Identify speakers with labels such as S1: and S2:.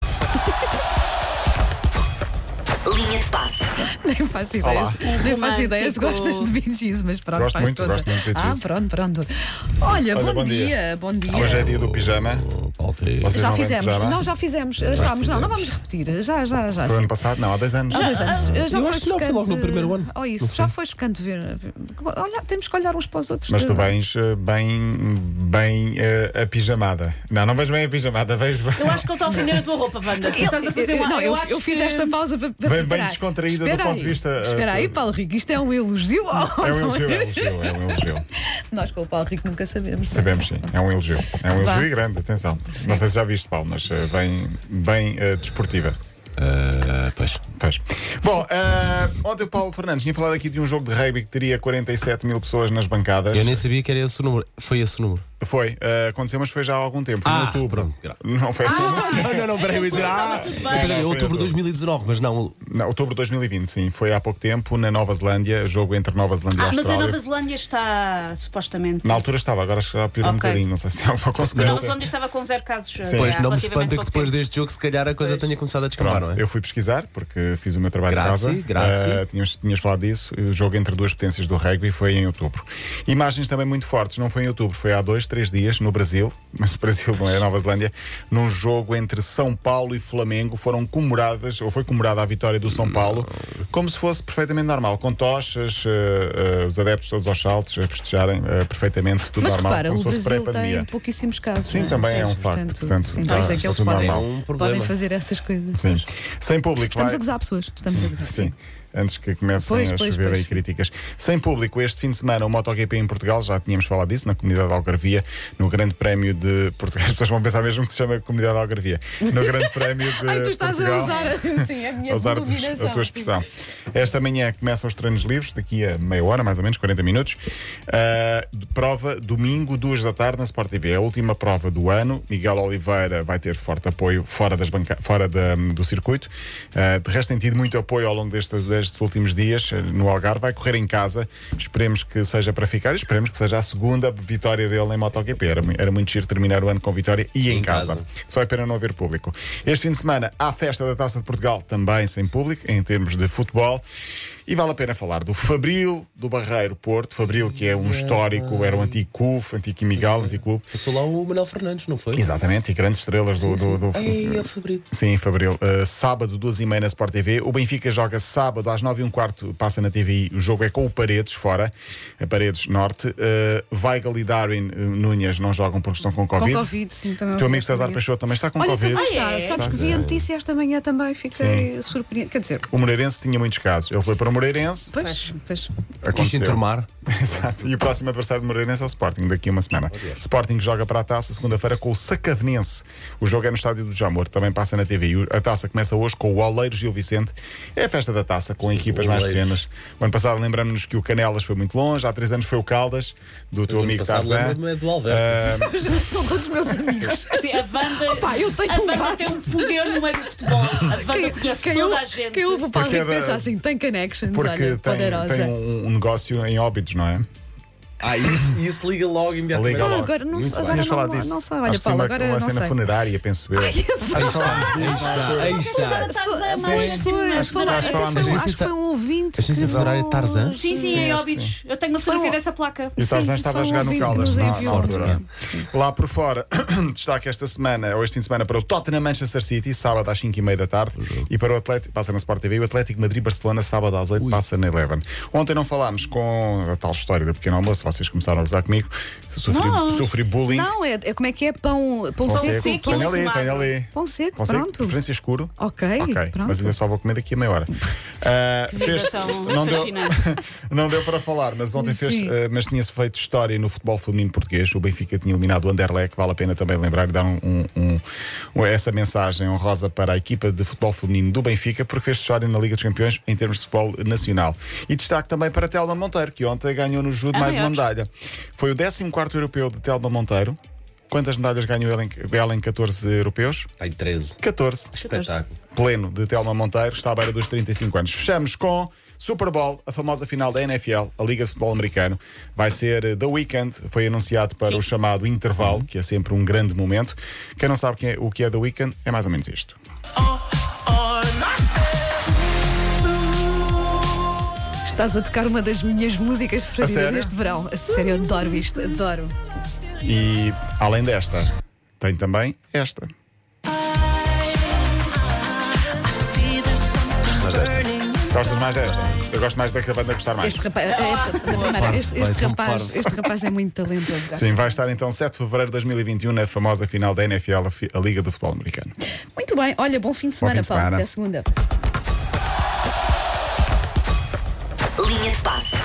S1: nem faço ideia.
S2: Olá.
S1: se- Nem faço
S3: Romântico.
S1: ideia se gostas de Bee mas pronto,
S2: Gosto
S1: faz
S2: muito,
S1: toda.
S2: gosto muito de Bee
S1: Ah,
S2: Gees.
S1: pronto, pronto. Olha, bom,
S2: bom
S1: dia.
S2: dia.
S1: bom dia.
S2: Hoje é dia do pijama.
S4: Ok.
S2: Vocês
S1: já
S2: não vêm de
S1: fizemos.
S2: pijama?
S1: Não, já fizemos. Achámos, não, não vamos repetir. Já, já, já.
S2: Foi
S1: sim.
S2: ano passado? Não, há dois anos.
S1: Há dois anos. Eu já
S4: ah, Eu
S1: foi
S4: acho que não, foi
S1: chocante-
S4: logo no primeiro ano.
S1: Oh,
S4: No
S1: isso,
S4: fim.
S1: já foi chocante ver. ver- Olha, temos que olhar uns para os outros.
S2: Mas tu
S1: De-
S2: vens eh, bem, bem eh, a pijamada. Não, não vejo bem a pijamada, vejo bem.
S3: Eu acho que ele está a ofender a tua roupa, Wanda. Tu estás a fazer uma-
S1: Não, eu, eu
S3: acho
S1: fiz
S3: que-
S1: esta pausa para, para
S2: Bem- bem
S1: preparar.
S2: descontraída do
S1: Espera
S2: ponto
S1: aí,
S2: de vista, eh,
S1: Espera aí,
S2: tu-
S1: Paulo Rico, isto é um elogio? ou
S2: É um
S1: não
S2: elogio, é um elogio, é um elogio.
S1: Nós com o Paulo Rico nunca sabemos. não é?
S2: Sabemos sim, é um elogio. É um
S1: Vá.
S2: elogio e grande, atenção. Não sei se já viste, Paulo, mas eh, bem, bem eh, desportiva.
S4: Ah, pois.
S2: Pois. Bom, eh, ontem o Paulo Fernandes tinha falado aqui de um jogo de rugby que teria 47 mil pessoas nas bancadas.
S4: Eu nem sabia que era esse o número. Foi esse o número.
S2: Foi, eh, aconteceu, mas foi já há algum tempo. Foi
S4: Ah,
S2: em outubro.
S4: pronto, gra- Ah,
S2: Não foi assim.
S4: Não, não, não, peraí, eu ia dizer.
S3: Tá
S4: Ah, eu pensei,
S2: Não, foi
S4: outubro
S2: outubro.
S4: de 2019, mas não.
S2: Não, outubro de 2020, sim. Foi há pouco tempo, na Nova Zelândia, jogo entre Nova Zelândia e
S3: Ah, mas a
S2: Austrália.
S3: Nova Zelândia está supostamente.
S2: Na altura estava, agora acho que já piorou
S3: Ok.
S2: um bocadinho, não sei se há alguma
S3: A Nova
S2: consequência.
S3: Zelândia estava com zero casos. eh,
S4: Pois
S3: há
S4: não me
S3: relativamente
S4: espanta que
S3: pouco
S4: depois
S3: tempo.
S4: deste jogo, se calhar, a coisa tenha começado a descambar, não
S2: Pronto,
S4: é?
S2: eu fui pesquisar porque fiz o meu trabalho de
S4: Grazie,
S2: casa.
S4: grazie.
S2: Ah, tinhas, tinhas falado disso. O jogo entre duas potências do rugby foi em outubro. Imagens também muito fortes, não foi em outubro, foi há dois, três dias no Brasil, mas o Brasil não é a Nova Zelândia, num jogo entre São Paulo e Flamengo. Foram comemoradas, ou foi comemorada a vitória do São Paulo, como se fosse perfeitamente normal, com tochas, ah, ah, os adeptos todos aos saltos a festejarem ah, perfeitamente tudo
S1: Mas
S2: normal,
S1: repara,
S2: como
S1: o
S2: se fosse
S1: Brasil
S2: pré-pandemia.
S1: tem pouquíssimos casos.
S2: Sim,
S1: não é?
S2: também é um facto,
S1: Portanto,
S2: portanto,
S1: sim,
S2: tá-
S1: por isso é
S2: tá
S1: que eles
S2: tudo
S1: podem,
S2: normal.
S4: É um problema.
S1: podem fazer essas coisas.
S2: Sim. Sem público.
S1: Estamos
S2: vai-
S1: a gozar pessoas. Estamos a gozar.
S2: Sim.
S1: Sim.
S2: Antes que comecem
S1: Pois,
S2: a
S1: pois,
S2: chover
S1: pois.
S2: aí críticas. Sem público, este fim de semana, o MotoGP em Portugal, já tínhamos falado disso, na Comunidade de Algarvia, no Grande Prémio de Portugal. As pessoas vão pensar mesmo que se chama Comunidade de Algarvia. No Grande Prémio de
S1: Ai, tu estás
S2: Portugal,
S1: a usar sim, é a minha
S2: a usar a tua,
S1: denominação.
S2: a tua expressão. Esta manhã começam os treinos livres, daqui a meia hora, mais ou menos, 40 minutos. Ah, de- prova domingo, duas da tarde, na Sport TV. É a última prova do ano. Miguel Oliveira vai ter forte apoio fora, das banca... fora da- do circuito. Ah, de resto, tem tido muito apoio ao longo destes, destes últimos dias eh, no Algarve. Vai correr em casa. Esperemos que seja para ficar e esperemos que seja a segunda vitória dele em MotoGP. Era, mu- era muito giro terminar o ano com vitória e em,
S4: Em
S2: casa.
S4: casa.
S2: Só é pena não haver público. Este fim de semana há a festa da Taça de Portugal, também sem público, em termos de futebol. E vale a pena falar do Fabril do Barreiro Porto. Fabril, que é um histórico, era um antigo CUF, antigo Quimigal, antigo clube.
S4: Passou lá o Manuel Fernandes, não foi?
S2: Exatamente, e grandes estrelas do, do, do,
S4: Ei, é o Fabrício.
S2: Sim, Fabril. Uh, sábado, duas e meia na Sport TV. O Benfica joga sábado às nove e um quarto, passa na TVI. O jogo é com o Paredes, fora. A Paredes Norte. Uh, Weigl e Darwin uh, Núñez não jogam porque estão com Covid.
S1: Com Covid, sim, também.
S2: O teu amigo César Peixoto também está com
S1: Olha,
S2: Covid.
S1: também está.
S3: Ah, é?
S1: Sabes que vi a notícia esta manhã também, fiquei surpreendida. Quer dizer,
S2: O Moreirense tinha muitos casos. Ele foi para o Moreirense.
S1: pois, pois.
S4: Quis
S2: aconteceu.
S4: enturmar.
S2: Exato. E o próximo adversário do Moreirense é o Sporting, daqui a uma semana. Sporting joga para a taça segunda-feira com o Sacavenense. O jogo é no estádio do Jamor, também passa na TV. E o- A taça começa hoje com o Oleiros Gil Vicente. É a festa da taça, com equipas mais
S4: Oleiros.
S2: pequenas. O ano passado lembramos-nos que o Canelas foi muito longe, há três anos foi o Caldas, do é? teu
S4: ano
S2: amigo
S4: passado
S2: Tarzan.
S4: lembro-me é do Alverca.
S2: Ah,
S1: São todos meus amigos.
S3: Sim, a Wanda,
S1: Opa, eu tenho
S3: a Wanda
S1: vários.
S3: tem um poder no meio do futebol. A Wanda conhece
S1: quem,
S3: toda
S1: ouve-
S3: a gente.
S1: quem ouve o Paulo
S2: Porque
S1: Rico
S2: é da-
S1: pensa assim, tem connections,
S2: porque
S1: olha,
S2: tem,
S1: poderosa.
S2: tem um, um negócio em óbitos, não é?
S4: Ah, isso, isso liga logo imediatamente.
S2: Liga
S1: Ah,
S2: logo.
S1: agora não,
S4: Muito
S1: sei-
S4: bem.
S1: agora
S2: Tinhas
S1: não,
S2: falado
S1: não,
S2: disso?
S1: sei. Olha,
S2: Acho que
S1: Paulo,
S2: uma-
S1: agora
S2: uma
S1: não
S2: cena
S1: sei.
S2: funerária, penso eu.
S4: Aí está, aí
S3: Já
S4: está.
S3: estamos a
S1: Pois
S3: mais assim,
S1: foi, foi,
S2: nós
S1: até
S2: falámos
S1: foi um-
S2: disso.
S1: acho que foi um ouvinte.
S4: Mas isso
S1: que
S4: é funerária
S1: nos-
S4: Tarzan?
S3: é tipo, Sim, sim,
S2: Sim,
S3: em
S2: acho que
S3: óbitos. Eu tenho uma fotografia dessa placa.
S2: E o Tarzan estava a jogar no
S1: foi um
S2: Caldas
S1: ouvinte
S2: na,
S1: que
S2: na
S1: nos enviou,
S2: altura.
S1: sim.
S2: Lá por fora, destaque esta semana, ou este fim de semana, para o Tottenham Manchester City, sábado às 5h30 da tarde, e para o Atlético, passa na Sport TV, e o Atlético Madrid-Barcelona, sábado às 8 passa na Eleven. Ontem não falámos com a tal história do pequeno almoço, vocês começaram a usar comigo, sofri,
S3: Não.
S2: sofri bullying.
S1: Não, é, é como é que é pão, pão
S2: Com
S1: seco.
S3: seco.
S2: Tenho
S3: pão
S2: ali,
S3: somado.
S2: tenho ali.
S1: Pão seco,
S2: Com seco, de
S1: pronto.
S2: preferência escuro.
S1: Ok, pronto.
S2: mas ainda só vou comer daqui a meia hora. Ah,
S3: Situação
S2: não, deu,
S3: fascinante.
S2: não deu para falar, mas ontem fez,
S1: Sim.
S2: ah, mas tinha-se feito história no futebol feminino português. O Benfica tinha eliminado o Anderlecht, vale a pena também lembrar e dar um, um- um- um- essa mensagem honrosa para a equipa de futebol feminino do Benfica, porque fez história na Liga dos Campeões em termos de futebol nacional. E destaque também para Telma Monteiro, que ontem ganhou no judo
S3: A
S2: mais
S3: maior.
S2: uma medalha. Foi o 14 europeu de Telma Monteiro. Quantas medalhas ganhou ela em, ela em 14 europeus?
S4: Ai, 13.
S2: 14.
S4: Espetáculo.
S2: Pleno de Telma Monteiro, está à beira dos 35 anos. Fechamos com Super Bowl, a famosa final da NFL, a Liga de Futebol Americano. Vai ser eh, The Weekend, foi anunciado para
S3: Sim.
S2: o chamado intervalo, que é sempre um grande momento. Quem não sabe quem é- o que é The Weekend, é mais ou menos isto.
S5: on ourselves.
S1: Estás a tocar uma das minhas músicas preferidas
S2: sério?
S1: deste verão. A sério, eu adoro isto, adoro.
S2: E além desta, tem também esta.
S4: Mas esta.
S2: Gostas mais desta? Eu gosto mais da que a banda gostar mais.
S1: Este rapaz, é, é, da primeira,
S4: Parvo,
S1: este,
S4: vai,
S1: este
S4: tão
S1: rapaz,
S4: parvo.
S1: este rapaz é muito talentoso. gajo.
S2: Sim, vai estar então 7 de fevereiro de 2021 na famosa final da NFL, a fi- a Liga do Futebol Americano.
S1: Muito bem, olha, bom fim de semana,
S2: fim de
S1: Paulo.
S2: semana.
S1: Até segunda.
S5: Linha de passe.